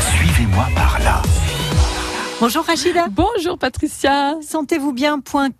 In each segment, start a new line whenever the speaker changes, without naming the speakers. Suivez-moi par là.
Bonjour Rachida.
Bonjour Patricia.
Sentez-vous bien.com,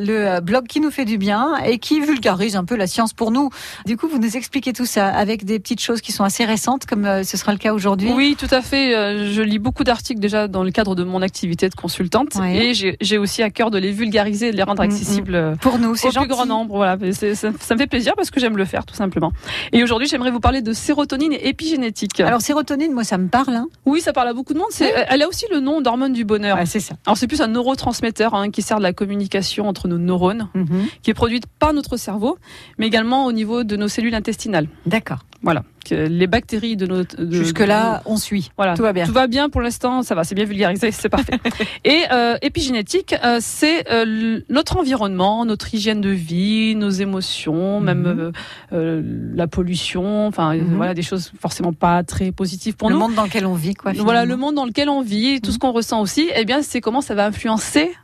le euh, blog qui nous fait du bien et qui vulgarise un peu la science pour nous. Du coup, vous nous expliquez tout ça avec des petites choses qui sont assez récentes, comme euh, ce sera le cas aujourd'hui.
Oui, tout à fait. Euh, Je lis beaucoup d'articles déjà dans le cadre de mon activité de consultante
Ouais.
et j'ai- j'ai aussi à cœur de les vulgariser et de les rendre
Mm, mm.
accessibles. euh,
Pour nous,
au
c'est gentil.
plus grand nombre, voilà. Mais c'est- Ça, ça me fait plaisir parce que j'aime le faire, tout simplement. Et aujourd'hui, j'aimerais vous parler de sérotonine et épigénétique.
Alors sérotonine, moi ça me parle. Hein.
oui, ça parle à beaucoup de monde. c'est- euh, Elle a aussi le nom d'hormone du bonheur.
Ouais, c'est ça.
Alors, c'est plus un neurotransmetteur hein, qui sert de la communication entre nos neurones,
Mhm.
qui est produite par notre cerveau, mais également au niveau de nos cellules intestinales.
D'accord.
Voilà, que les bactéries de notre de-
Jusque là, on suit.
Voilà.
Tout va bien.
Tout va bien pour l'instant, ça va, c'est bien vulgarisé, c'est parfait. Et euh, épigénétique, euh, c'est euh, l- notre environnement, notre hygiène de vie, nos émotions, même
Mhm.
euh, euh, la pollution, enfin euh,
Mhm.
voilà des choses forcément pas très positives pour
le
nous.
monde dans lequel on vit, quoi.
voilà le
finalement. Mhm.
monde dans lequel on vit, tout ce qu'on ressent aussi, eh bien c'est comment ça va influencer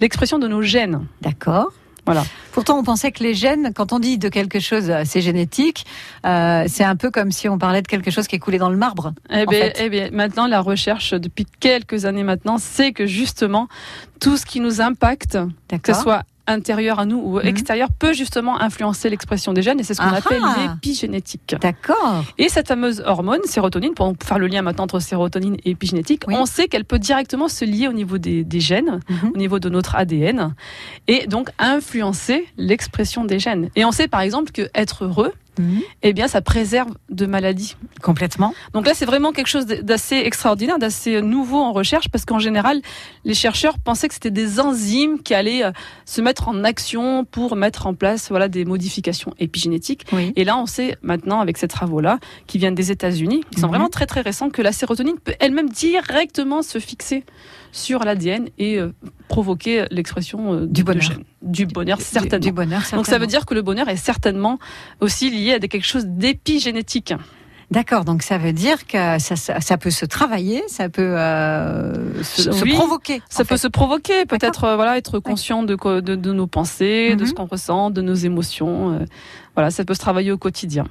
l'expression de nos gènes.
D'accord.
Voilà.
Pourtant, on pensait que les gènes, quand on dit de quelque chose, euh, c'est génétique, euh, c'est un peu comme si on parlait de quelque chose qui est coulé dans le marbre.
Eh
en
bien,
fait.
eh bien, maintenant, la recherche depuis quelques années maintenant, c'est que justement, tout ce qui nous impacte, que
D'accord.
ce soit intérieur à nous ou
Mhm.
extérieur, peut justement influencer l'expression des gènes et c'est ce qu'on
Ah
appelle
ah
l'épigénétique.
D'accord.
Et cette fameuse hormone, sérotonine, pour faire le lien maintenant entre sérotonine et épigénétique,
Oui.
on sait qu'elle peut directement se lier au niveau des, des gènes,
Mhm.
au niveau de notre ADN et donc influencer l'expression des gènes. Et on sait par exemple que être heureux,
Mhm.
eh bien, ça préserve de maladies.
Complètement.
Donc là, c'est vraiment quelque chose d'assez extraordinaire, d'assez euh, nouveau en recherche, parce qu'en général, les chercheurs pensaient que c'était des enzymes qui allaient euh, se mettre en action pour mettre en place voilà, des modifications épigénétiques.
Oui.
Et là, on sait maintenant, avec ces travaux-là, qui viennent des États-Unis, qui sont
Mhm.
vraiment très très récents, que la sérotonine peut elle-même directement se fixer sur l'ADN et euh, provoquer l'expression euh, de-
Du bonheur.
de gènes. Du bonheur,
Du-
certainement.
Du bonheur, certainement.
Donc ça veut dire que le bonheur est certainement aussi lié à des- quelque chose d'épigénétique.
D'accord, donc ça veut dire que ça, ça, ça peut se travailler, ça peut euh, se, se
Oui,
provoquer.
Ça
en
peut
fait.
se provoquer, peut-être euh, voilà, être conscient de, co- de, de nos pensées, de
Mhm.
ce qu'on ressent, de nos émotions. euh, voilà, ça peut se travailler au quotidien.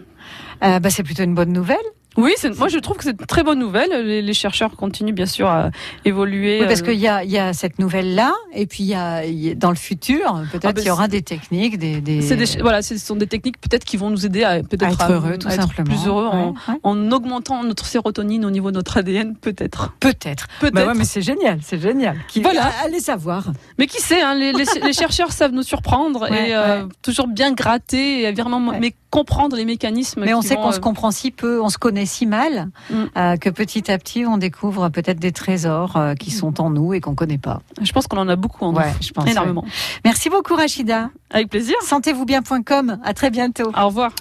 Euh, bah, c'est plutôt une bonne nouvelle,
Oui, c'est- moi je trouve que c'est une très bonne nouvelle. Les, les chercheurs continuent bien sûr à évoluer.
Oui, parce
euh,
qu'il y a, il y a cette nouvelle-là, et puis il y a, il y a- dans le futur, peut-être
Ah, bah,
qu'il y aura des techniques, des... des...
c'est des- voilà, ce sont des techniques peut-être qui vont nous aider à peut-être
à être
à-
heureux, tout
euh, à être
simplement.
plus heureux en,
Ouais, ouais.
en augmentant notre sérotonine au niveau de notre ADN, peut-être.
Peut-être.
Peut-être.
Bah ouais, mais c'est génial, c'est génial. Qui-
Voilà.
Ah, Allez savoir.
Mais qui sait, hein, les, les- les chercheurs savent nous surprendre
Ouais,
et euh, toujours bien gratter et vraiment
Ouais.
mais comprendre les mécanismes.
Mais on
qui
sait
vont,
qu'on se
euh,
comprend si peu, on se connaît si mal,
Mm.
euh, que petit à petit, on découvre peut-être des trésors euh, qui sont en nous et qu'on connaît pas.
Je pense qu'on en a beaucoup en nous.
Ouais, je pense. ouais.
Énormément. Ah.
Merci beaucoup, Rachida.
Avec plaisir.
Sentez-vous bien.com. À très bientôt.
Au revoir.